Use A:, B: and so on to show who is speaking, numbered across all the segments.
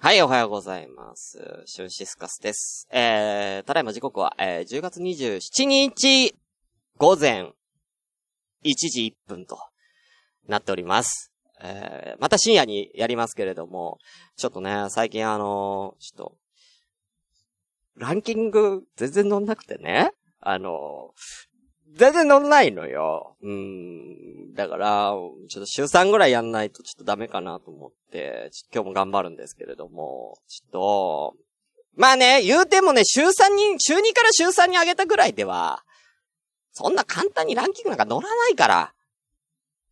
A: はい、おはようございます。シュンシスカスです。えー、ただいま時刻は、えー、10月27日、午前、1時1分と、なっております。えー、また深夜にやりますけれども、ちょっとね、最近あのーちょっと、ランキング全然乗んなくてね、あのー全然乗んないのよ。うん。だから、ちょっと週3ぐらいやんないとちょっとダメかなと思って、ちょっと今日も頑張るんですけれども、ちょっと、まあね、言うてもね、週3に、週2から週3に上げたぐらいでは、そんな簡単にランキングなんか乗らないから。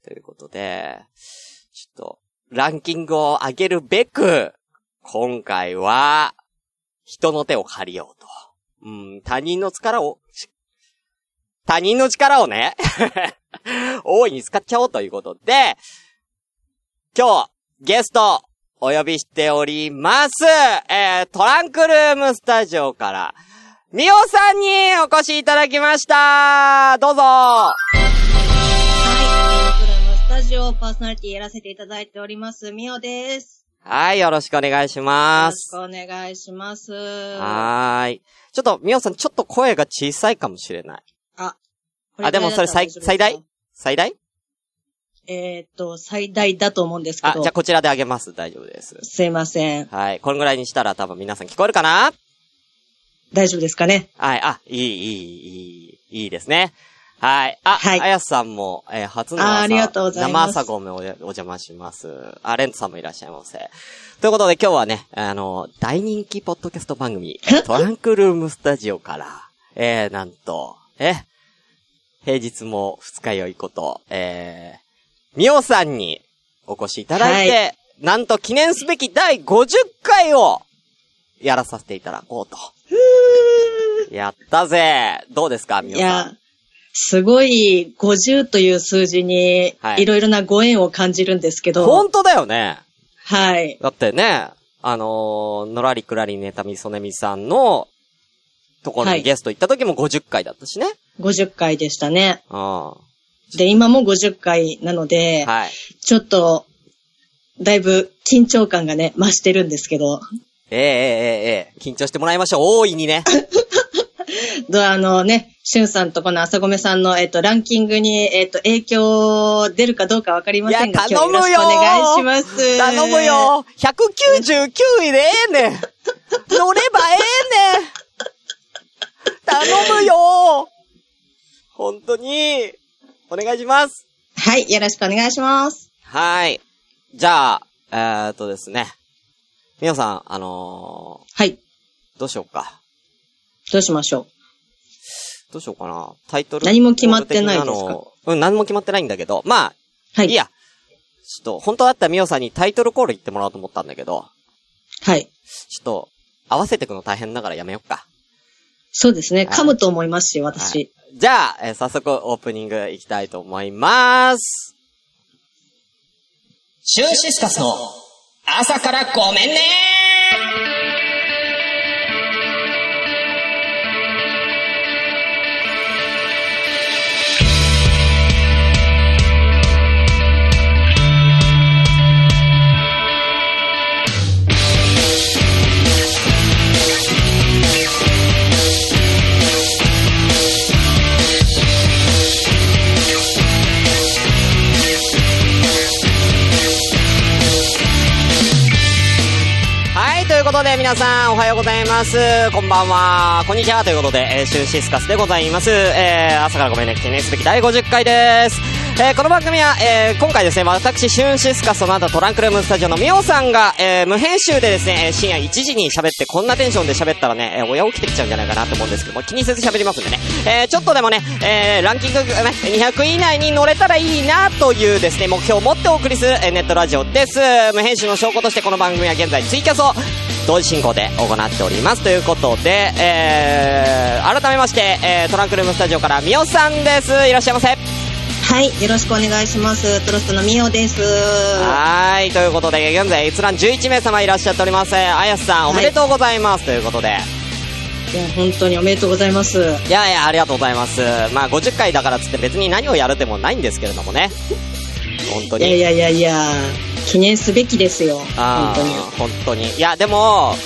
A: ということで、ちょっと、ランキングを上げるべく、今回は、人の手を借りようと。うん、他人の力を、し他人の力をね、 大いに使っちゃおうということで、今日、ゲスト、お呼びしております。えー、トランクルームスタジオから、ミオさんにお越しいただきましたどうぞ
B: はい。クルームスタジオパーソナリティやらせていただいております。みおです。
A: はい、よろしくお願いし
B: よ
A: ま
B: ろし
A: す
B: く。お願いします。
A: はーい。ちょっと、みおさん、ちょっと声が小さいかもしれない。
B: これぐらいだったら
A: あでもそれ最
B: 大丈夫ですか
A: 最大最大
B: えーっと、最大だと思うんですけ
A: あ、
B: ど。
A: じゃあこちらであげます。大丈夫です。
B: すいません。
A: はい。このぐらいにしたら多分皆さん聞こえるかな
B: 大丈夫ですかね
A: はい。あ、いい、いい、いい、いいですね。はい。あ、
B: はい
A: あやすさんも、えー初の朝
B: あありがとうございます
A: 生朝ごめんおやお邪魔します。あ、レントさんもいらっしゃいませ。ということで今日はね、あの、大人気ポッドキャスト番 組、トランクルームスタジオから、えー、なんと、え、平日も二日酔いこと、えー、みおさんにお越しいただいて、
B: は
A: なんと記念すべき第50回を、やらさせていただこうと。やったぜどうですかみお
B: い
A: さ
B: や
A: ん。、
B: すごい50という数字に
A: はい
B: いろいろなご縁を感じるんですけど。
A: 本当だよね
B: はい。
A: だってね、あのー、のらりくらりネタみそねみさんの、ところ
B: は
A: に
B: い
A: ゲスト行った時も50回だったしね。
B: 50回でしたね。
A: うん。は
B: で、今も50回なので、
A: い。
B: ちょっと、だいぶ緊張感がね、増してるんですけど。
A: ええええええ緊張してもらいましょう。大いにね。
B: どあのね、しゅんさんとこの朝ごめさんの、えっ、と、ランキングに、えっ、と、影響出るかどうかわかりませんが、
A: いや
B: 今日よろしくお願いします。
A: 頼む。よ !199 位でええねん乗ればええねん頼むよ本当に、お願いします
B: はい、よろしくお願いします。
A: はい。じゃあ、えー、っとですね。皆さん、あの
B: はい、
A: ー、どうしようか。
B: どうしましょ
A: どうしようかな。タイトル。
B: 何も決まってないです
A: コ
B: か
A: ール的のうん、何も決まってないんだけど。まあ、、
B: う。はいい。
A: いや。ちょっと、本当だったらミオさんにタイトルコール言ってもらおうと思ったんだけど、
B: はい。
A: ちょっと、合わせてくの大変だからやめよっか。
B: そうですね、
A: はい
B: 噛むと思いますし、私。
A: じゃあ、えー早速オープニングいきたいと思います。シュンシスカスの朝からごめんねはい、ということで皆さんおはようございます。こんばんは。こんにちは。ということで、えー、シュンシスカスでございます。えー、朝からごめんね、記念すべき第50回です。えー、この番組は、えー、今回ですね、私、シュンシスカスとなったトランクルームスタジオのミオさんが、えー、無編集でですね、えー深夜1時に喋って、こんなテンションで喋ったらね、えー、親起きてきちゃうんじゃないかなと思うんですけども、気にせず喋りますんでね。えー、ちょっとでもね、えー、ランキング、ね、200位以内に乗れたらいいな、というですね、目標を持ってお送りする、えーネットラジオです。無編集の証拠として、この番組は現在、ツイキャスを、同時進行で行っておりますということで、えー、改めまして、えー、トランクルームスタジオからみおさんですいらっしゃいませ
B: はい、よろしくお願いします。トロストのみおです。
A: はーいということで現在閲覧11名様いらっしゃっておりますあやすさんおめでとうございます、ということで
B: いや、本当におめでとうございます。
A: いやいやありがとうございますまあ50回だからっつって別に何をやるでもないんですけれどもね本当
B: いやい
A: に
B: やいやいや、記念すべきですよ。本
A: あ
B: 当
A: あ、本当に。いや、でも、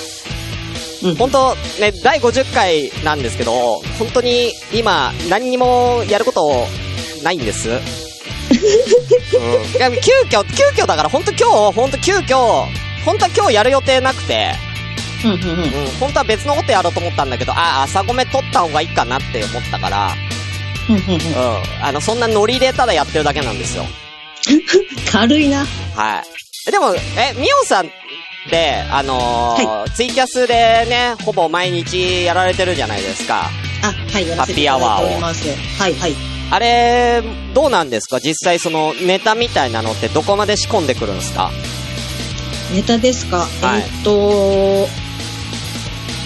B: に。うん。
A: 本当ね、第50回なんですけど、本当に今、何にもやること ないんです。うん、いや急遽、急遽だから、本当今日、本当急遽、本当は今日やる予定なくて、
B: うんうんうん。
A: うん、本当は別のことやろうと思ったんだけど、ああ、朝ごめ撮った方がいいかなって思ったから、
B: うんうんうん
A: うん、あの、そんなノリでただやってるだけなんですよ。
B: 軽いな。
A: はい。えでも、え、みおさんって、あのーツイキャスでね、ほぼ毎日やられてるじゃないですか。
B: あ、はい、やらせていただいております。はい、はい。
A: あれ、どうなんですか実際そのネタみたいなのってどこまで仕込んでくるんですか
B: ネタですか、
A: はい
B: えーっと、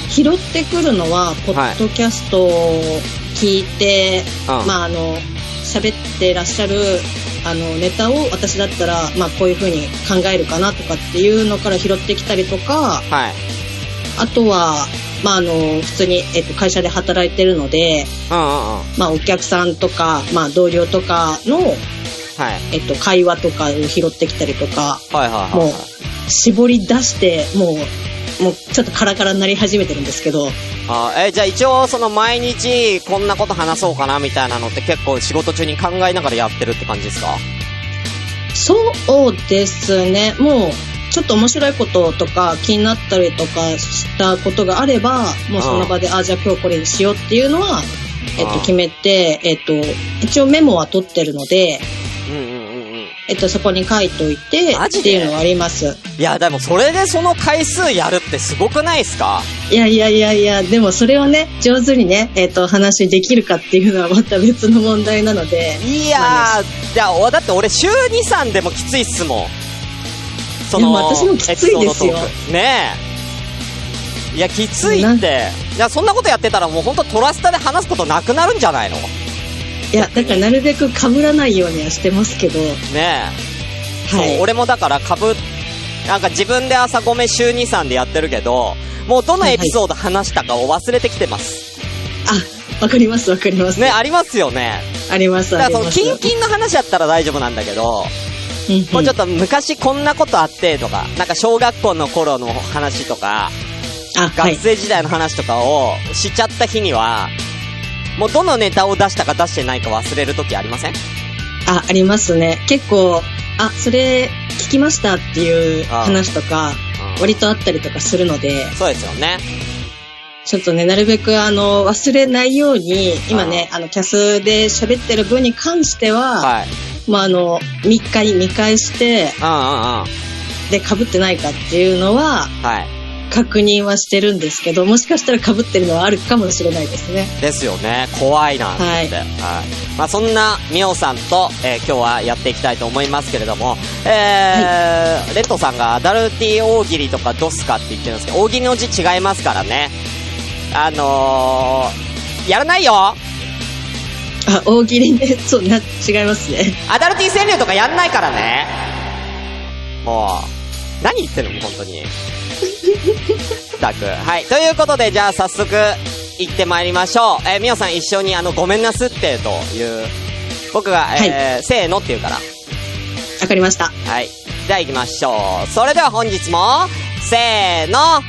B: 拾ってくるのは、ポッドキャストを聞いて、
A: うん。
B: まあ、あの、喋ってらっしゃる、あの、ネタを私だったら、まあ、こういう風に考えるかなとかっていうのから拾ってきたりとか、
A: はい。
B: あとは、まあ、あの、普通に、えっと、会社で働いてるので、
A: うんうんうん。
B: まあ、お客さんとか、まあ、同僚とかの、
A: はい。
B: えっと、会話とかを拾ってきたりとか、
A: はいはいはい
B: も
A: は
B: う
A: い。
B: 絞り出してもうもうちょっとカラカラになり始めてるんですけど
A: あーえ、じゃあ一応その毎日こんなこと話そうかなみたいなのって結構仕事中に考えながらやってるって感じですか
B: そうですねもうちょっと面白いこととか気になったりとかしたことがあればもうその場であじゃあ今日これにしようっていうのは、えっ
A: あ
B: と、
A: あ
B: 決めて、えっと、一応メモは取ってるので、
A: うんうんうんうん。
B: えっと、そこに書いといて
A: マ
B: っ
A: ジ
B: て
A: で
B: いうのはあります
A: いや、でもそれでその回数やるってすごくないですか
B: いやいやいやいやでもそれをね上手にね、えっと、話できるかっていうのはまた別の問題なので
A: いやー、じゃあ、だって俺、週2、3でもきついっすもん。そ
B: でも私もきついですよ
A: エピソードトークねえ。いや、きつい
B: な
A: っ
B: ん
A: て。いや、そんなことやってたらもうほんとトラスタで話すことなくなるんじゃないのね
B: いや、だからなるべく被らないようにはしてますけど、は
A: え。そう、
B: い。
A: 俺もだからかぶ、なんか自分で朝ごめ週2、3でやってるけど、もうどのエピソード話したかを忘れてきてます。
B: あ、わかりますわかります。
A: ね、ありますよね。
B: あります
A: だ
B: あ
A: か
B: り
A: らそ
B: ま
A: の、
B: す。
A: キンキンの話やったら大丈夫なんだけど、
B: うん
A: もうちょっ
B: っ
A: と昔こんなことあってとか、なんか小学校の頃の話とか、
B: と、あ、は
A: 学
B: い。
A: 生時代の話とかをしちゃった日には、もうどのネタを出したか出してないか忘れるときありません
B: あ、ありますね。結構、あ、それ聞きましたっていう
A: あ
B: 話とか、割とあったりとかするので、
A: そうですよね。
B: ちょっとね、なるべくあの、忘れないように、今ね、あの、キャスで喋ってる分に関しては、
A: はい。
B: まああの、3回見返して、
A: うん
B: で、被ってないかっていうのは、
A: うんうん。はい。
B: 確認はしてるんですけど、もしかしたら被ってるのはあるかもしれないですね。
A: ですよね。怖いなって。は。
B: はいい
A: まあそんなみおさんと、えー今日はやっていきたいと思いますけれども、えーレッドさんがアダルティ大喜利とかドスカって言ってるんですけど、大喜利の字違いますからね。あのー、やらないよ
B: あ、大喜利ね。 そう、な、違いますね。
A: アダルティ川柳とかやんないからね。もう、何言ってるの本当に。ったく。はい。ということで、じゃあ早速、行ってまいりましょう。えー、みおさん一緒に、あの、ごめんなすって、という。僕が、えーせーのって言うから。
B: わかりました。
A: はい。じゃあ行きましょう。それでは本日も、せーの、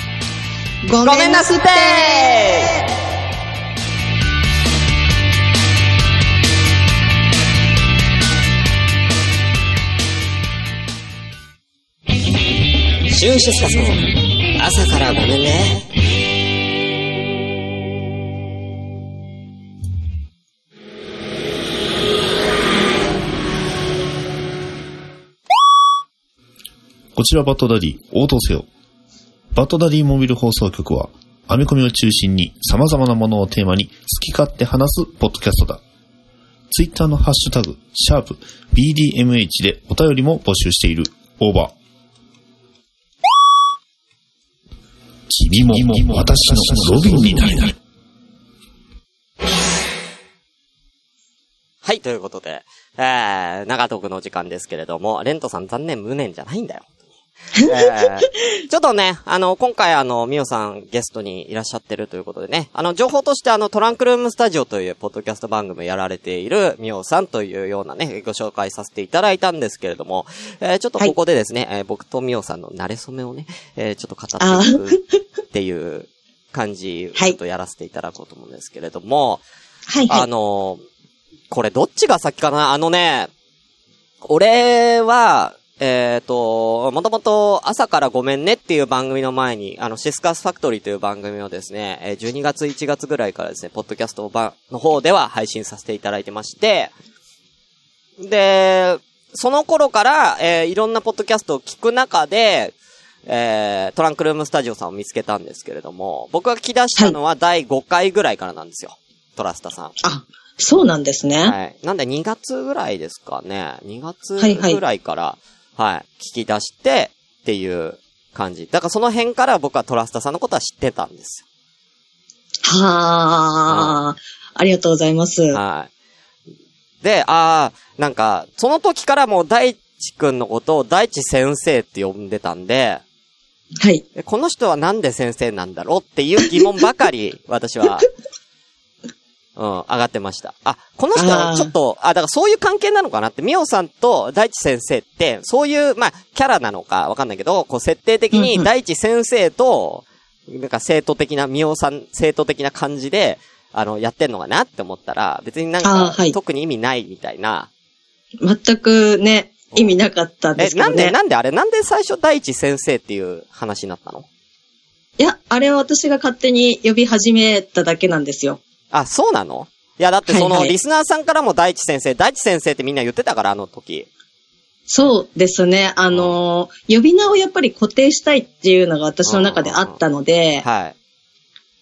B: ご
A: ごめんなすってシュンシュスカスの朝からごめんね。
C: こちらバットダディ、応答せよ。バットダディモビル放送局は、アメコミを中心に様々なものをテーマに好き勝手話すポッドキャストだ。ツイッターのハッシュタグ、シャープ BDMH でお便りも募集している。オーバー。君も私のロビンになる。
A: はい、ということで、えー、長トークのお時間ですけれども、レントさん残念無念じゃないんだよ。えーちょっとね、あの、今回あの、ミオさんゲストにいらっしゃってるということでね、あの、情報としてあの、トランクルームスタジオというポッドキャスト番組やられているミオさんというようなね、ご紹介させていただいたんですけれども、えーちょっとここでですね、えー僕とミオさんの慣れ初めをね、えーちょっと語っていくっていう感じ、
B: は
A: ち
B: い
A: ょっとやらせていただこうと思うんですけれども、
B: はいは
A: あ
B: い。
A: の、これどっちが先かなあのね、俺は、えっ、と、もともと朝からごめんねっていう番組の前に、あの、シスカスファクトリーという番組をですね、えー12月1月ぐらいからですね、ポッドキャスト版の方では配信させていただいてまして、で、その頃から、えーいろんなポッドキャストを聞く中で、えートランクルームスタジオさんを見つけたんですけれども、僕が聞き出したのは第5回ぐらいからなんですよ。トラスタさん。
B: あ、そうなんですね。
A: はい。なんで2月ぐらいですかね。2月
B: はいはい
A: ぐらいから、はい聞き出してっていう感じ。だからその辺から僕はトラスタさんのことは知ってたんです
B: はあ、ありがとうございます。
A: よ。はい。で、あー、なんか、その時からもう大地くんのことを大地先生って呼んでたんで、
B: はい。
A: でこの人はなんで先生なんだろうっていう疑問ばか り、私は、うん、上がってました。あ、この人はちょっと、あだからそういう関係なのかなって、みおさんと大地先生って、そういう、まあ、キャラなのかわかんないけど、こう、設定的
B: うんう
A: に
B: ん
A: 大地先生と、なんか生徒的な、みおさん、生徒的な感じで、あの、やってんのかなって思ったら、別になん
B: あー
A: か
B: は、い
A: 特に意味ないみたいな。
B: 全くね、意味なかったんで
A: え、
B: すけ
A: な
B: ど
A: んで、
B: ね。
A: なんであれ、なんで最初大地先生っていう話になったの
B: いや、あれは私が勝手に呼び始めただけなんですよ。
A: あ、そうなのいや、だってそ
B: はい
A: の、
B: はい
A: リスナーさんからも大地先生、大地先生ってみんな言ってたから、あの時。
B: そうですね。あのー呼び名をやっぱり固定したいっていうのが私の中であったので、
A: はい。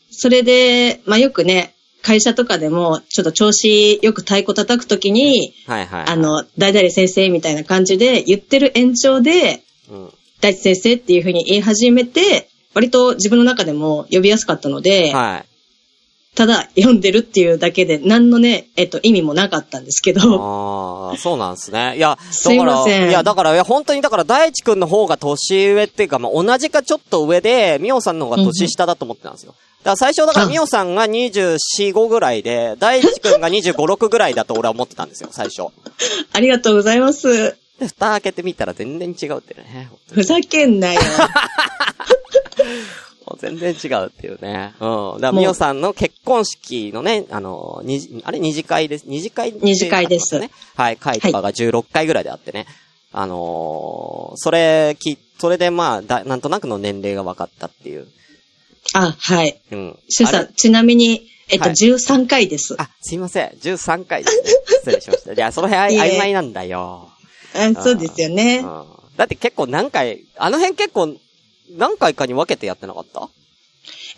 B: それで、まあよくね、会社とかでも、ちょっと調子よく太鼓叩くときに、
A: はいはい。
B: あ、の、誰々先生みたいな感じで言ってる延長で、
A: うん。
B: 大地先生っていう風に言い始めて、割と自分の中でも呼びやすかったので、
A: はい。
B: ただ読んでるっていうだけで何のね、えっと、意味もなかったんですけど、
A: ああ、そうなんですね。いや、
B: す
A: だ
B: い
A: か
B: ま
A: ら、
B: せん
A: いや、だから、いや、本当に、だから、大地くんの方が年上っていうか、まあ、同じかちょっと上で、みおさんの方が年下だと思ってたんですよ。だから、最初、だから、
B: あ
A: みおさんが24、5ぐらいで、大地くんが25、6ぐらいだと俺は思ってたんですよ、最初。
B: ありがとうございます。
A: で、蓋開けてみたら全然違うっていうね。
B: ふざけ んなよ。
A: もう全然違うっていうね。うん。だから、
B: もう
A: みおさんの結婚式のね、あの、二次あれ二次会です。二次会
B: 二次会です
A: ね。はい、会とかが16回ぐらいであってね。あのーそれ、き、それでまあ、だ、なんとなくの年齢が分かったっていう。
B: あ、はい。
A: うん。
B: 主
A: あ
B: さ
A: れ
B: ん、ちなみに、えっと、
A: はい
B: 13回です。
A: あ、すいません。13回 ですね。失礼しました。いや、その辺
B: い
A: あ
B: え
A: い
B: いえ
A: 曖昧なんだよ。
B: あそうですよ
A: う
B: ね
A: ん。。だって結構何回、あの辺結構、何回かに分けてやってなかった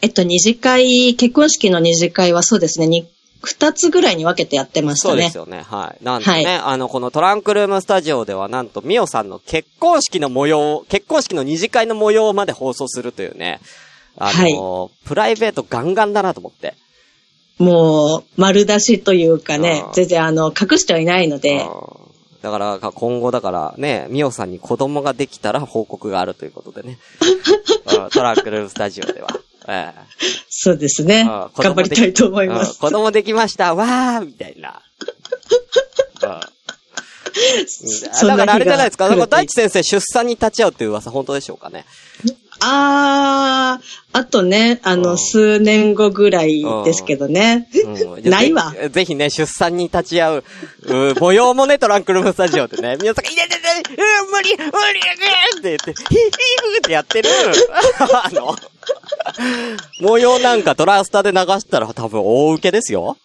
B: えっと、二次会、結婚式の二次会はそうですね、に二つぐらいに分けてやってまし
A: そ
B: た
A: うで
B: ね
A: す。よね。はい。なんでね、
B: はい
A: あの、このトランクルームスタジオでは、なんと、ミオさんの結婚式の模様を、結婚式の二次会の模様まで放送するというね、あの、プライベートガンガンだなと思って。
B: もう、丸出しというかね
A: あー、
B: 全然あの、隠してはいないので、
A: うんだから、今後だから、ね、ミオさんに子供ができたら報告があるということで ね。うんトランクルームスタジオでは。ええ
B: そうですね。
A: あー子
B: 頑
A: 供
B: 張
A: で
B: りたいと思いま
A: うん
B: す。
A: 子供できました、わーみたいな。うん
B: そん
A: だ
B: な
A: からあれじゃないですか。だから大
B: 大
A: 地先生出産に立ち会うっていう噂本当でしょうかね。
B: あー、あとね、あ
A: う
B: の、
A: ん
B: 数年後ぐらいですけどね。
A: うん
B: ないわ
A: ぜひぜひね、出産に立ち会う、うー模様もね、トランクルームスタジオでね、皆さんが、いやいやいや、うー無理無理無理って言って、ヒーヒーってやってる、 あの、模様なんかトラスタで流したら多分大受けですよ。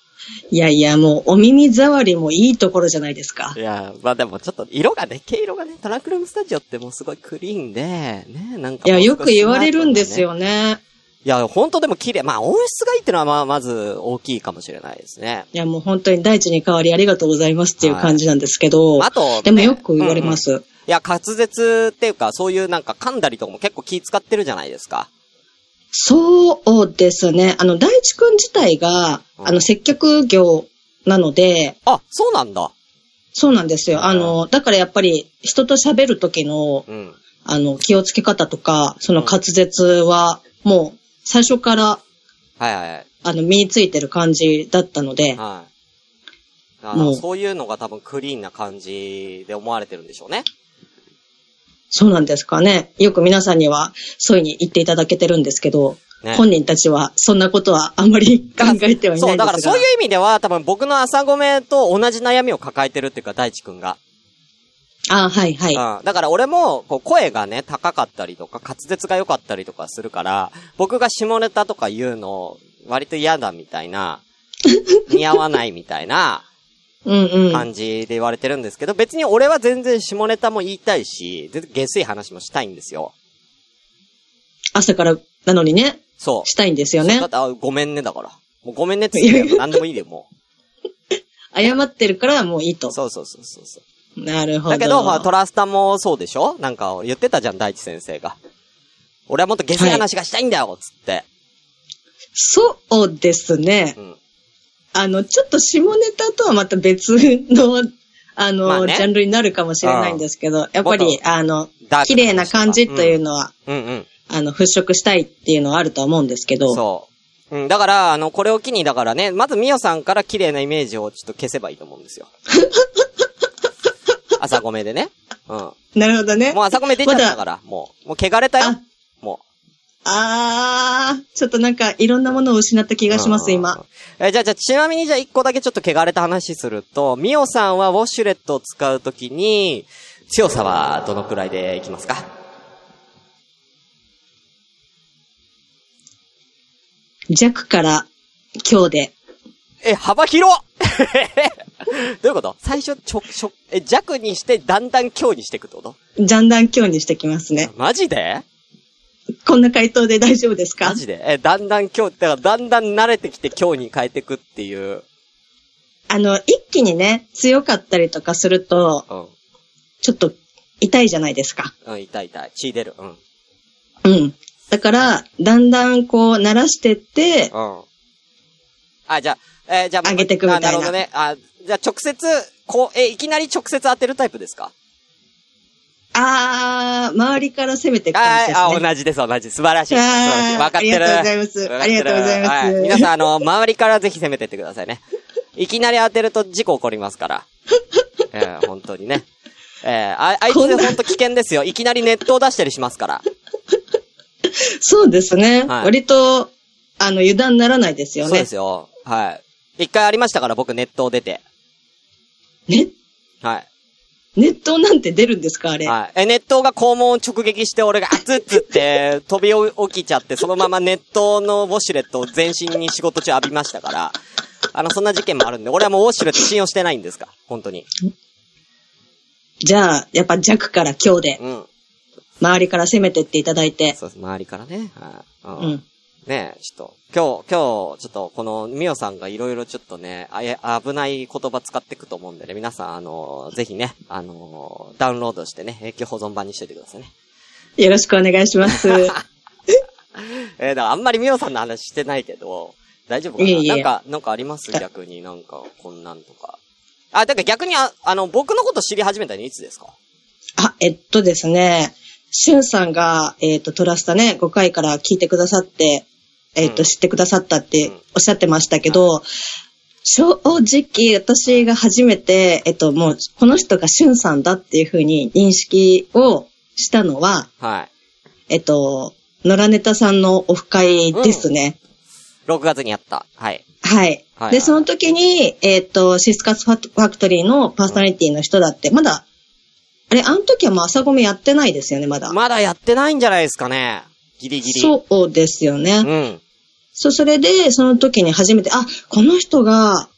B: いやいや、もう、お耳障りもいいところじゃないですか
A: い。や、まあでもちょっと色がね、毛色がね、トランクルームスタジオってもうすごいクリーンで、ね、なんか
B: い
A: も
B: や、
A: うすごい
B: よく言われるんで
A: スマートなね
B: すよね。
A: いや、本当でも綺麗。まあ、音質がいいってのは、まあ、まず大きいかもしれないですね。
B: いや、もう本当に大地に代わりありがとうございますっていう感じなんですけど、
A: あと、
B: でも
A: ね
B: よく言われま。
A: うん
B: す。
A: いや、滑舌っていうか、そういうなんか噛んだりとかも結構気使ってるじゃないですか。
B: そうですね。あの、大地くん自体が、
A: うん
B: あの、接客業なので、
A: あ、そうなんだ。
B: そうなんですよ。あの、だからやっぱり人と喋る時の、
A: うん。
B: あの、気をつけ方とか、その滑舌は、もう、最初から、
A: はいはいはい。
B: あの、身についてる感じだったの
A: は
B: で、
A: い。だか
B: も
A: ら
B: う
A: そういうのが多分クリーンな感じで思われてるんでしょうね。
B: そうなんですかね。よく皆さんには、そういうふうに言っていただけてるんですけど、
A: ね。
B: 本人たちは、そんなことはあんまり考えてはいないんですが。
A: そう、だからそういう意味では多分僕の朝ごめと同じ悩みを抱えてるっていうか、大地くんが。
B: あはいはい。
A: うん。だから俺も、こう、声がね、高かったりとか、滑舌が良かったりとかするから、僕が下ネタとか言うの、割と嫌だみたい な、似合わないみたいな
B: うんうん。
A: 感じで言われてるんですけど、別に俺は全然下ネタも言いたいし、全然下水話もしたいんですよ。
B: 朝からなのにね、
A: そう。
B: したいんですよ
A: そう
B: ね
A: だっ。てあごめんねだから。もうごめんねって言 って何でもいいで、も
B: 謝ってるからもういいと
A: う。。そうそうそうそうそう。
B: なるほど。
A: だけど、ほらトラスタもそうでしょなんか言ってたじゃん、大地先生が。俺はもっと下水話がしたいんだよ、つって。
B: そうですね
A: う。ん。
B: あの、ちょっと下ネタとはまた別の、あの、
A: まあね
B: ジャンルになるかもしれないんですけど、やっぱ
A: もっ
B: り、あの、
A: ダーク
B: 綺
A: な話
B: 麗な感じというのは、
A: うんうん。
B: あの、払拭したいっていうのはあるとは思うんですけど、
A: そう。うん、だから、あの、これを機に、だからね、まずミオさんから綺麗なイメージをちょっと消せばいいと思うんです よ。朝ごめでね。うん。
B: なるほどね
A: もう。朝ごめ出ちゃったから、もう。もう汚れたよ
B: あ。、
A: も
B: あー、ちょっとなんかいろんなものを失った気
A: う。
B: がします、今。。
A: え、じゃあ、じゃあ、ちなみにじゃあ一個だけちょっと汚れた話すると、ミオさんはウォシュレットを使うときに、強さはどのくらいでいきますか
B: 弱から強で。
A: え、幅広っ どういうこと最初、ちょ、ちょ、え、弱にして、だんだん強にしていくってこと
B: だんだん強にしてきますね。
A: マジで
B: こんな回答で大丈夫ですか
A: マジでえ、だんだん強、だからだんだん慣れてきて強に変えてくっていう。
B: あの、一気にね、強かったりとかすると、
A: うん。
B: ちょっと痛いじゃないですか。
A: うん、痛い痛い。血出る。うん。うん。
B: うん。だから、だんだんこう、慣らしてって、
A: あ、じゃあ、えーじゃあ、
B: 上げてくみたいな
A: あなるほどね。あ、じゃあ直接、こう、え、いきなり直接当てるタイプですか
B: あー、周りから攻めていく感じ
A: あ
B: ですね。
A: あ、同じです、同じ。素晴らしい。素晴らしい。わ
B: あー
A: かってる。
B: ありがとうございます。ありがとうございます。
A: は皆さん、あの、周りからぜひ攻めてってくださいね。いきなり当てると事故起こります から。えー、本当にね。えー、あ、あいつ
B: こんな
A: 本当危険ですよ。いきなりネットを出したりしますから。
B: そうですね。
A: はい
B: 割と、あの、油断ならないですよ
A: そうで
B: ね。
A: すよ。はい。一回ありましたから、僕ネットを出て。
B: ね、
A: はい。
B: ネットなんて出るんですかあれ。
A: はい。え、ネットが肛門を直撃して、俺があつっつって、飛び起きちゃって、そのままネットのウォシュレットを全身に仕事中浴びましたから、あの、そんな事件もあるんで、俺はもうウォシュレット信用してないんですか本当に。
B: じゃあ、やっぱ弱から強で、
A: うん。
B: 周りから攻めてっていただいて。
A: そうです。周りからね。はい。
B: う。ん。
A: ねえ、ちょっと、今日、今日、ちょっと、この、みおさんがいろいろちょっとね、あや、危ない言葉使っていくと思うんでね、皆さん、あの、ぜひね、あの、ダウンロードしてね、永久保存版にしといてくださいね。
B: よろしくお願いします。
A: えー、だからあんまりみおさんの話してないけど、大丈夫かない
B: えいえ
A: なんか、なんかあります逆になんか、こんなんとか。あ、だから逆にあ、あの、僕のこと知り始めたのいつですか
B: あ、えっとですね、しゅんさんが、えっと、トラスタね、5回から聞いてくださって、えっ
A: う
B: と、
A: ん
B: 知ってくださったって
A: うん
B: おっしゃってましたけど、正直、私が初めて、えっと、もう、この人がしゅんさんだっていうふうに認識をしたのは、
A: はい。
B: えっと、野良ネタさんのオフ会ですね。
A: 6月にやった。はい。
B: はい。
A: はい
B: で、その時に、えっと、シスカスファファクトリーのパーソナリティの人だって、まだ、あれ、あの時はもう朝ごめやってないですよね、まだ。
A: まだやってないんじゃないですかね。ギリギリ。う。
B: そうですよね。
A: うん。
B: そう、それで、その時に初めて、あ、この人が、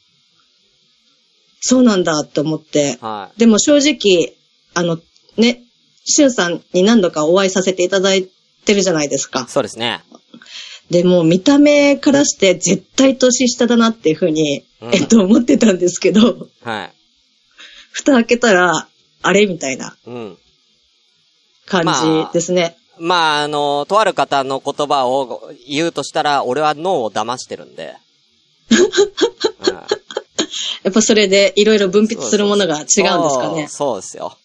B: そうなんだって思って。
A: はい。
B: でも正直、あの、ね、しゅんさんに何度かお会いさせていただいてるじゃないですか。
A: そうですね。
B: で、もう見た目からして絶対年下だなっていうふうに、
A: うん
B: えっと、思ってたんですけど、
A: はい。
B: 蓋開けたら、あれみたいな
A: うん。
B: 感
A: まあ
B: じですね。
A: まあ、あの、とある方の言葉を言うとしたら、俺は脳を騙してるんで。
B: やっぱそれでいろいろ分
A: 分
B: 泌するものが違うんですか
A: そ
B: ね。
A: うそうですよ。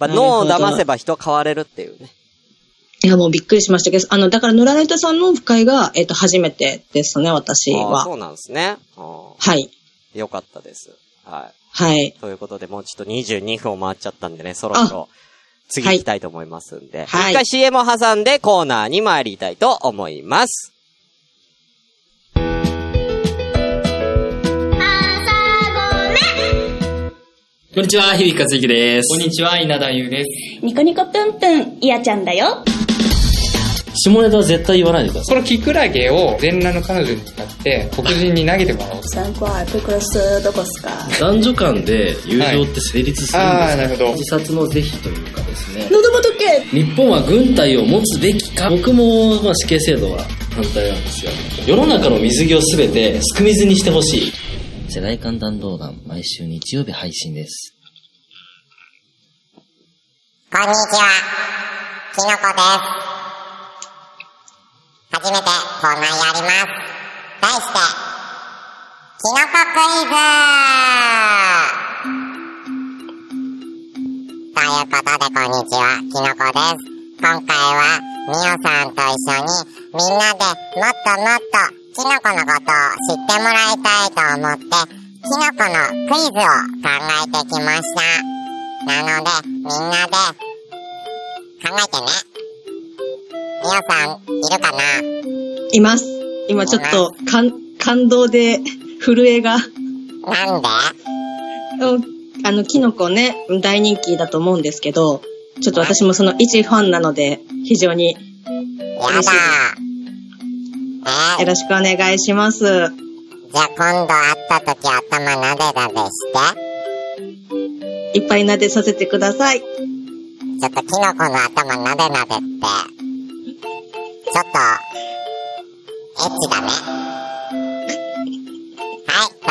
A: まあ、
B: なるほ
A: 脳を
B: ど
A: 騙せば人は変われるっていうね。
B: いや、もうびっくりしましたけど、あの、だから、野良ライトさんのオフ会が、えっ、と、初めてですね、私
A: ああそ
B: は。
A: うなんですね。あ
B: はい。
A: あよかったです。は
B: はい。
A: い。ということで、もうちょっと22分を回っちゃったんでね、そろそろ次行きたいと思いますんで。
B: はい
A: 一回 CM を挟んでコーナーに参りたいと思います。
D: こんにちは、響和之です。
E: こんにちは、稲田優です。
F: ニコニコプンプン、イヤちゃんだよ。
D: 下ネタは絶対言わないでくださ
E: このキクラゲを全裸の彼女に使って、黒人に投げてもらおう。
F: 三個はプクロスどこっすか。
D: い。 男女間で友情って成立するん
E: あ
D: で
E: あ、なるほど。
D: す。自殺の是非というかですね。
F: 喉元け
D: 日本は軍隊を持つべきか僕も、まあ、死刑制度は反対なんですよ世の中の水着を全てすく水にしてほしい
G: 世代間弾道弾、毎週日曜日配信です。
H: こんにちは。きのこです。初めてこんなんやります。題して、きのこクイズということで、こんにちは。きのこです。今回は、みおさんと一緒に、みんなでもっともっと、きのこのことを知ってもらいたいと思って、きのこのクイズを考えてきました。なので、みんなで、考えてね。みおさん、いるかない
B: ます。今ちょっと、感、感動で、震えが。
H: なんで
B: うんあの、キノコね、大人気だと思うんですけど、ちょっと私もその一ファンなので、非常に
H: や
B: 嬉しい
H: だ。え
B: よ
H: ー、
B: ろしくお願いします。
H: じゃあ今度会った時頭なでなでして。
B: いっぱい撫でさせてください。
H: ちょっとキノコの頭なでなでって、ちょっと、エッチだね。はい、ということで、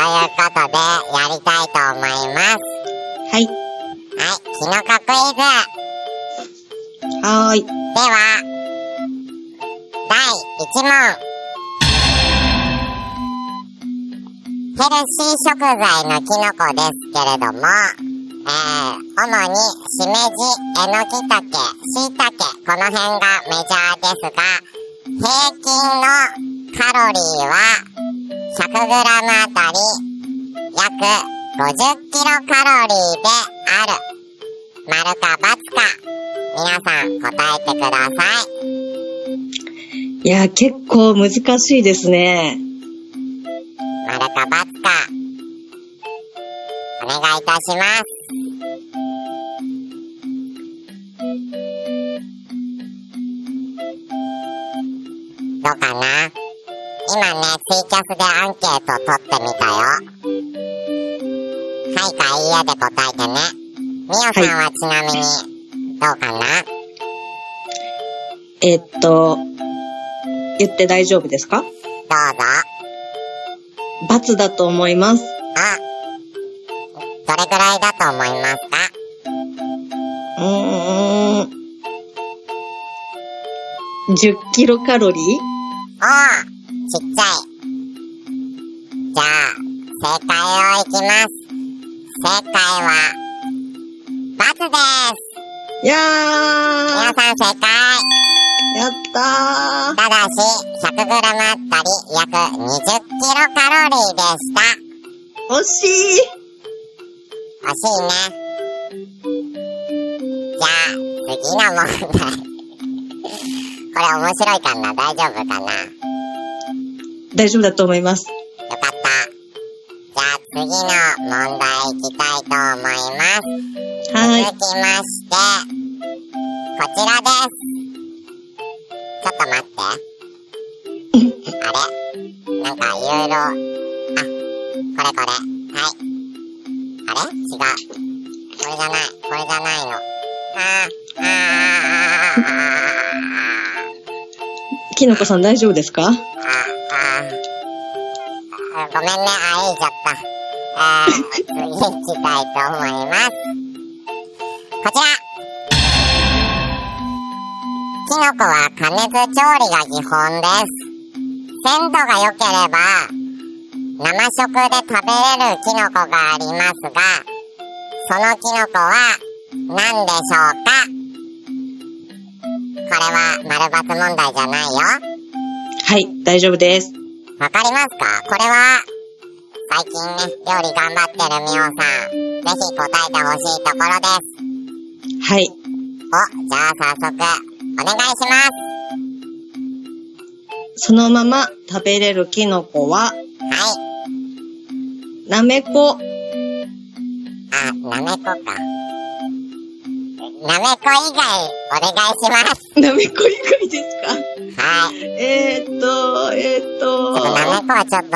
H: やりたいと思います。
B: はい。
H: はい、キノコクイズ
B: はーい。
H: では、第1問。ヘルシー食材のキノコですけれども、えー、主にしめじ、えのきたけ、しいたけ、この辺がメジャーですが、平均のカロリーは 100g あたり約 50kcal である。丸か×か、皆さん答えてください。
B: いや、結構難しいですね。
H: 丸か×か、お願いいたします。どうかな今ね、ツイキャスでアンケート取ってみたよ。はいかいいえで答えてね。みおさんはちなみに、どうかな、
B: えっと、言って大丈夫ですか
H: どうぞ。
B: 罰だと思います。
H: あ、どれぐらいだと思いますか
B: うーん。10キロカロリー
H: おー、ちっちゃい。じゃあ、正解をいきます。正解は、バツです。
B: いや
H: 皆
B: ー
H: さん正解。
B: やった
H: ただし、100g あったり約 20kcal でした。
B: ー惜しい
H: 惜しいね。じゃあ、次の問題。これ面白いかな大丈夫かなよ
B: 大丈夫だと思います。
H: かった。じゃあ、次の問題いきたいと思います。
B: はーい。
H: 続きまして、こちらです。ちょっと待って。あれなんかいろいろ、あ、これこれ。はい。あれ違う。これじゃない。これじゃないの。あー、あー、あー、
B: きのこさん大丈夫ですか
H: あー、あー、あー、あー、あーごめんね。あ、いいちゃった。あー、次行きたいと思います。こちらキノコは加熱調理が基本です。鮮度が良ければ、生食で食べれるキノコがありますが、そのキノコは何でしょうかこれは丸抜問題じゃないよ。
B: はい、大丈夫です。
H: わかりますかこれは、最近ね、料理頑張ってるみおさん、ぜひ答えてほしいところです。
B: はい。
H: お、じゃあ早速、お願いします。
B: そのまま食べれるキノコは、
H: はい。
B: なめこ。
H: あ、なめこか。なめこ以外、お願いします。
B: なめこ以外ですか
H: はい。
B: えー、っと、えー、っ
H: ちょっとなめ
B: と、
H: こはちょっと、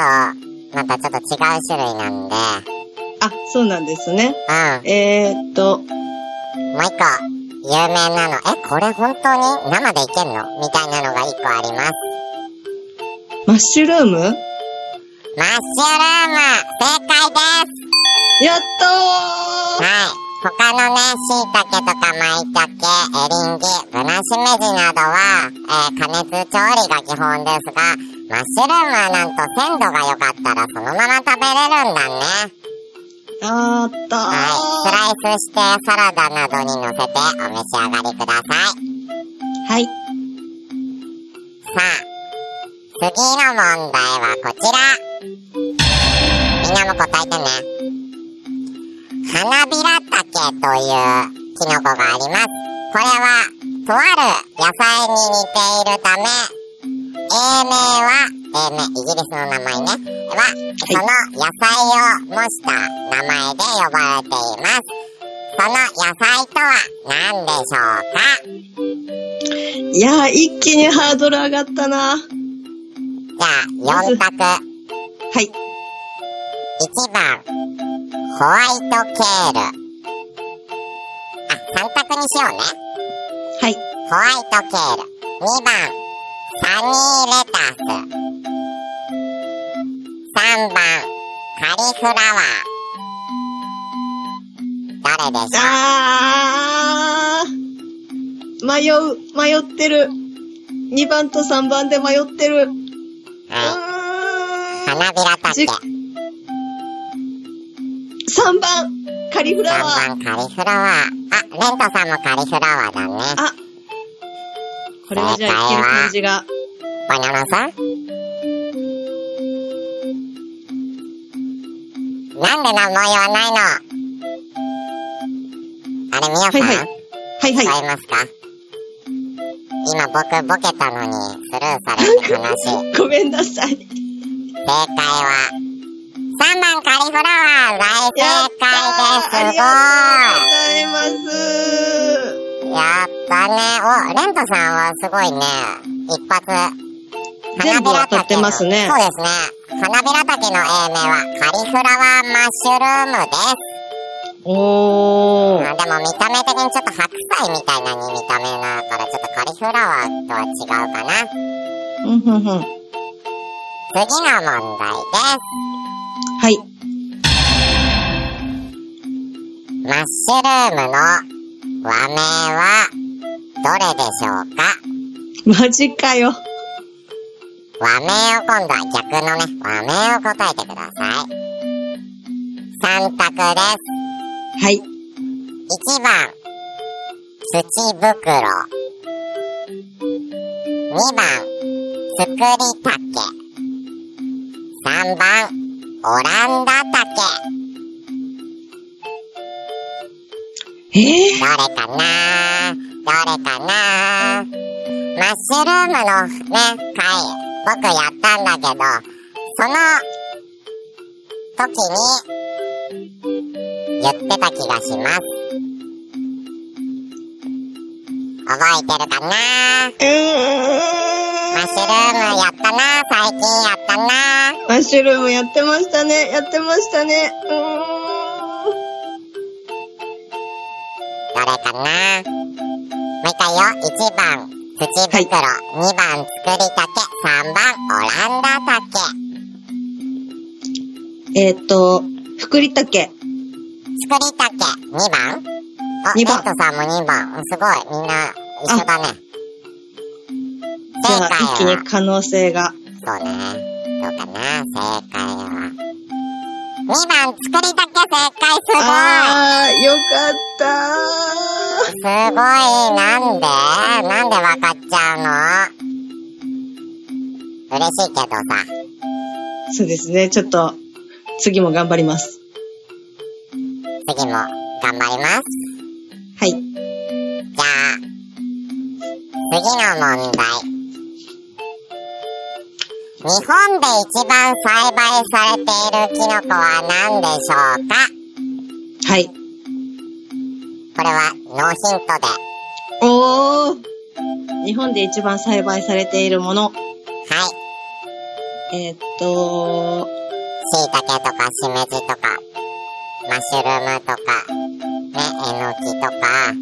H: またちょっと違う種類なんで、
B: あ、そうなんですね。
H: う
B: えー、っと、
H: ん。もう一個、有名なの、え、これ本当に生でいけんのみたいなのが一個あります。
B: マッシュルームやっ
H: マッシュルーム、正解です。
B: とー
H: はい。他のね、椎茸とか舞茸、エリンギ、ブナシメジなどは、えー加熱調理が基本ですが、マッシュルームはなんと鮮度が良かったらそのまま食べれるんだね。
B: あーったー。
H: はい。スライスしてサラダなどに乗せてお召し上がりくださ
B: は
H: い。
B: い。
H: さあ、次の問題はこちら。みんなも答えてね。花びらたけというキノコがあります。これは、とある野菜に似ているため、英名は、英名、イギリスの名前ね、は、その野菜を模した名前で呼ばれています。その野菜とは何でしょうか
B: いやー、一気にハードル上がったな。は
H: じゃあ、4択。
B: い。
H: 1番、ホワイトケール。あ、3択にしようね。
B: はい。
H: ホワイトケール。2番、サニーレタス。3番、カリフラワー。どれでし
B: あ
H: ょう
B: ー。迷う、迷ってる。2番と3番で迷ってる。う
H: はい。
B: ーん。
H: 花びらたけ。
B: じ3番、カリフラワ
H: 3
B: ー。
H: 番、カリフラワー。あ、レントさんもカリフラワーだね。
B: あ。これはじゃあいける感じが。
H: バナナさんなんで何も言わないのあれ、みよ
B: はいはい
H: さん、
B: はいは
H: 聞
B: い。
H: こえますか今僕ボケたのにスルーされる話。正
B: ごめんなさい。
H: 解は、3番カリフラワー大
B: やっ
H: 正
B: たーあ
H: 解
B: りがとうございます
H: ごいやったね。お、レントさんはすごいね。一発。
B: 全部当たってますね
H: そうですね。花びら竹の英名はカリフラワーマッシュルームです。
B: おー。
H: あでも見た目的にちょっと白菜みたいなに見た目だからちょっとカリフラワーとは違うかな。
B: うんふんふん。は
H: 次の問題です。
B: い。
H: マッシュルームの和名はどれでしょうか
B: マジかよ。
H: 和名を今度は逆のね、和名を答えてください。三択です。
B: はい。
H: 一番、土袋。二番、作り竹。三番、オランダ竹。
B: えー、
H: どれかなどれかなマッシュルームのね、回、僕やったんだけど、その、時に、言ってた気がします。覚えてるかなマッシュルームやったな最近やったな
B: マッシュルームやってましたね。やってましたね。うー
H: どれかなもう一回よ。1番、土袋。
B: はい
H: 2番、作りたけ。3番、オランダたけ。
B: んえっ、ー、と、福利竹。
H: 作りたけ。2番あ、
B: 二番
H: レッドさんも2番。うんすごい。みんな、一緒だね。
B: じ
H: 正
B: ゃあ
H: 解、
B: 一気に
H: は、
B: 可能性が。
H: そうね。どうかな正解は。 2番、作りだけ正解
B: あー、よかった
H: すごい。すごい、なんでなんでわかっちゃうの嬉しいけどさ。
B: ー。そうですね、ちょっと、次も頑張ります。
H: 次も頑張ります。
B: はい。
H: じゃあ、次の問題。日本で一番栽培されているキノコは何でしょうか
B: はい。
H: これはノーヒントで。
B: おー。日本で一番栽培されているもの。
H: はい。
B: えーっと、
H: 椎茸とかしめじとか、マッシュルームとか、ね、えのきとか、え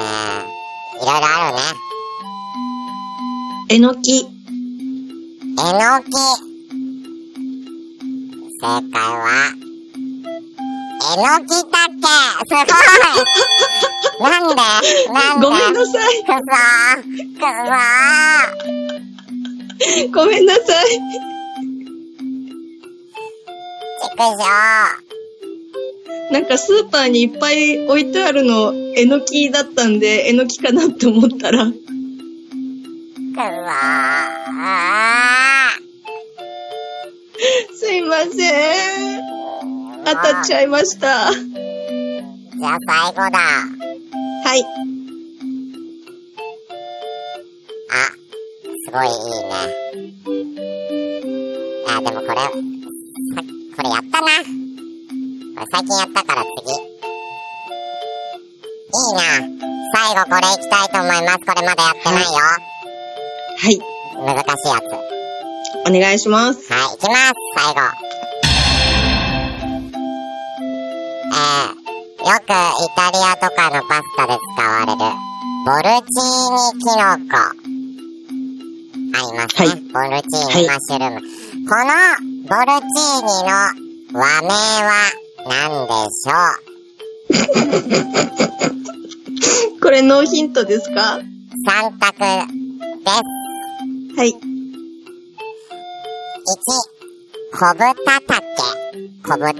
H: ー、いろいろあるね。
B: えのき。
H: えのき。正解は、えのきたけすごいなんでなんで
B: ごめんなさい。
H: くそーくそー
B: ごめんなさい。
H: ちくしょう
B: なんかスーパーにいっぱい置いてあるの、えのきだったんで、えのきかなって思ったら、
H: くそーあ
B: すいません。当たっちゃいました。は
H: ーじゃあ最後だ。
B: い。
H: あ、すごいいいね。あ、でもこれ、さこれやったな。これ最近やったから次。いいな。最後これいきたいと思います。これまだやってないよ。
B: はい。
H: 難しいやつ。はい、
B: お願いします。
H: いきます。最後。えー、よくイタリアとかのパスタで使われる、ボルチーニキノコ。ありますね。ボルチーニマッシュルーム。このボルチーニの和名は何でしょう
B: これノーヒントですか
H: 三択です。
B: はい。
H: 1、小豚竹、小豚。
B: は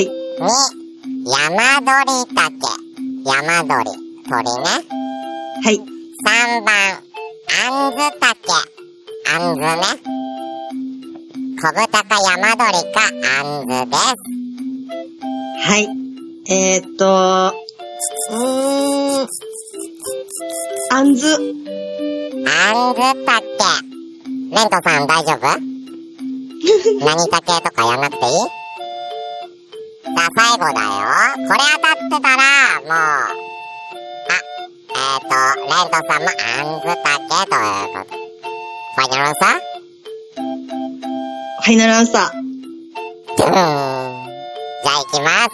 B: い。
H: に、山鳥竹。山鳥、鳥ね。
B: はい。
H: 3番、あんず竹。あんずね。小豚か山鳥かあんずです。
B: はい。えー、っと、うーん。あんず。
H: あんず竹。レントさん大丈夫何竹とかやんなくていいじゃあ最後だよ。これ当たってたら、もう、あ、えっ、と、レントさんもあんず竹ということ。ファイナルアンサー
B: ファイナルアンサ
H: ドゥーンじゃあ行きます。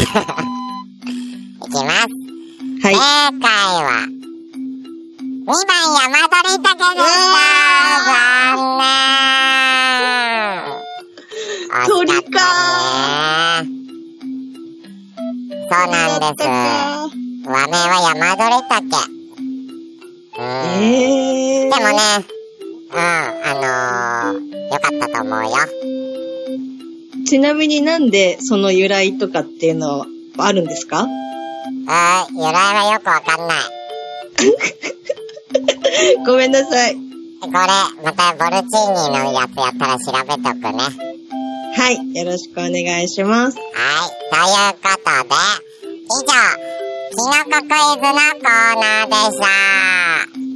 H: 行きます。
B: ー。はい
H: 正。解は、2番山鳥竹でした
B: う
H: 残念
B: 鳥
H: 惜しったねそうなんです。和名は山鳥竹。うん
B: えー。
H: でもね、うん、あのー、よかったと思うよ。
B: ちなみになんでその由来とかっていうのはあるんですか
H: うん、由来はよくわかんない。
B: ごめんなさい。
H: これ、またボルチーニのやつやったら調べとくね。はい。という
B: はい。よろしくお願いします。
H: ことで、以上、キノコクイズのコーナーでした。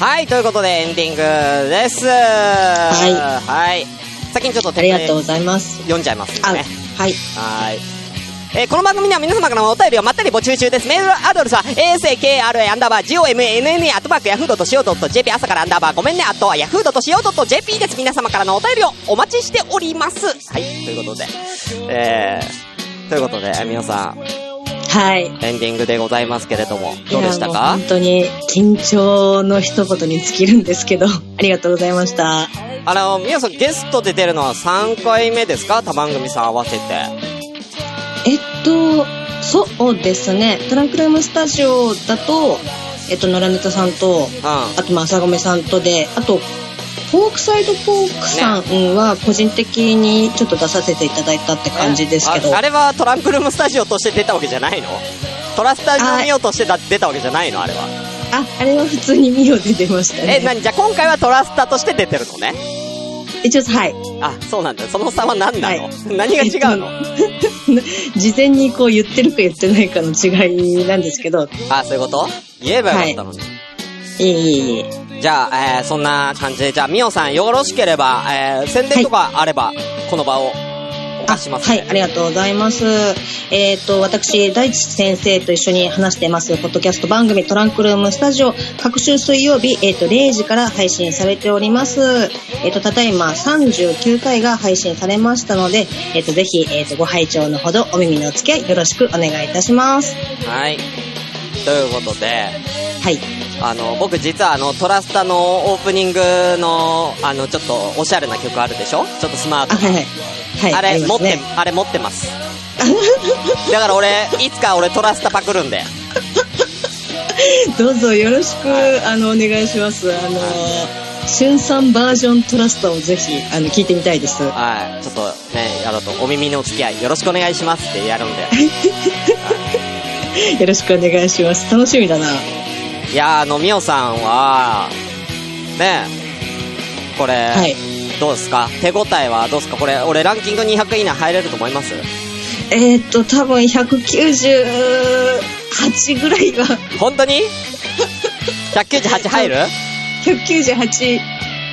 A: はい、ということでエンディングです。はいはい。先にちょっと
B: あ
A: 手
B: りがとうございます。
A: 読んじゃいますんで
B: あ、
A: ね。
B: はい。
A: はーい。えーこの番組では皆様からのお便りをまったり募集中です。メールアドレスは、asakra アンダーバー gomnn アットマークヤフードとしお .jp 朝からアンダーバーごめんね、あとはヤフードとしお .jp です。皆様からのお便りをお待ちしております。はい、ということで、えー、ということで、皆さん、
B: はい。
A: エンディングでございますけれども、どうでした
B: いやもう
A: か
B: 本当に緊張の一言に尽きるんですけど、 ありがとうございました。
A: あの、皆さんゲストで出るのは3回目ですか他番組さん合わせて。
B: えっと、そうですね。トランクルームスタジオだと、えっと、野良ネタさんと、
A: うん。
B: あと、まあ、朝米さんとで、あと、ポークサイドポークさんは、個人的にちょっと出させていただいたって感じですけど、
A: ああれはトランクルームスタジオとして出たわけじゃないのトラスタジオミオとしてだ出たわけじゃないのあれは。
B: あ、あれは普通にミオで出ました
A: え、
B: ね。
A: なにじゃあ今回はトラスタとして出てるのね。
B: 一応、はい。
A: あ、そうなんだ。その差は何なの、
B: は
A: 何が違うの
B: 事前にこう言ってるか言ってないかの違いなんですけど、
A: あ、そういうこと言えばよかったのに。
B: いえいえいえ。
A: じゃあ、えーそんな感じで、じゃあミオさんよろしければ、えー宣伝とかあれば、この場をお
B: あ
A: 貸しします、
B: はい、ありがとうございます。えっ、と、私、大地先生と一緒に話してます、ポッドキャスト番組、トランクルームスタジオ、各週水曜日、えっ、と、0時から配信されております。えっ、と、ただいま39回が配信されましたので、えっ、と、ぜひ、えっ、と、ご拝聴のほど、お耳のお付き合い、よろしくお願いいたします。
A: はい。ということで、
B: はい。
A: あの、僕実はあの、トラスタのオープニングの、あの、ちょっとおしゃれな曲あるでしょちょっとスマート
B: あ、
A: な。
B: はいはい。はい、
A: あれ、
B: りま
A: 持っ
B: すね
A: て、あれ持って ます。だから俺、いつか俺トラスタパクるんで。
B: どうぞよろしく、
A: はい
B: あのお願いします。あの春さんバージョントラストをぜひあの聞いてみたいです。は
A: はい。ちょっとね、やろうと、お耳のお付き合いよろしくお願いしますってやるんで。
B: いよろしくお願いします。楽しみだな。
A: いやー、あの、みおさんは、ねえ、これ、
B: はい。
A: どうですか手応えはどうですかこれ、俺ランキング200以内入れると思います
B: えーっと多分198ぐらい は
A: 本当に ?198 入る
B: 198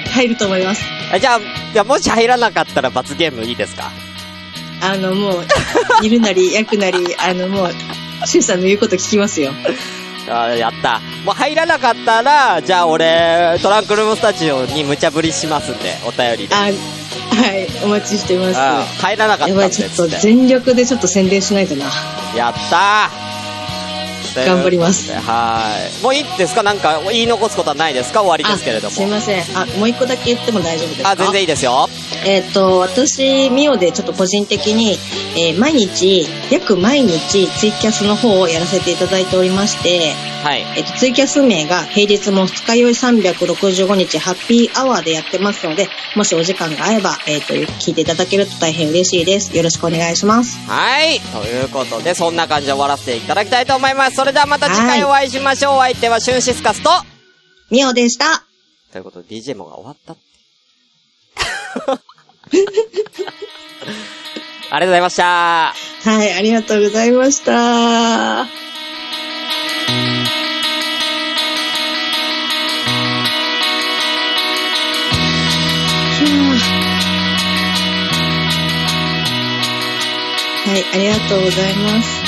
B: 入ると思います。
A: えじゃあ、じゃあもし入らなかったら罰ゲームいいですか
B: あのもう煮るなり焼くなり あのもう春さんの言うこと聞きますよ。
A: あーやった。もう入らなかったら、じゃあ俺、トランクルームスタジオに無茶ぶりしますんで、お便りで。
B: あはいお待ちしてます。
A: あー入らなかった
B: や
A: んで
B: ば
A: っ
B: いちょっ
A: つ
B: と
A: って。
B: 全力でちょっと宣伝しないとな。
A: やったー
B: 頑張ります
A: ということではーい。もういいですかなんか言い残すことはないですか終わりですけれど
B: あすい
A: も。
B: ません。あ、もう一個だけ言っても大丈夫ですか
A: あ、全然いいですよ。
B: えっ、と、私、ミオでちょっと個人的に、えー毎日、約毎日、ツイキャスの方をやらせていただいておりまして、
A: はい。
B: えっ、と、ツイキャス名が平日も二日酔い365日ハッピーアワーでやってますので、もしお時間が合えば、えっ、と、聞いていただけると大変嬉しいです。よろしくお願いします。
A: はい。ということで、そんな感じで終わらせていただきたいと思います。それではまた次回お会いしましょう。お相手はシュンシスカスと、
B: ミオでした。
A: ということで、DJ もが終わったって。ありがとうございました。
B: はい、ありがとうございました。はい、ありがとうございます。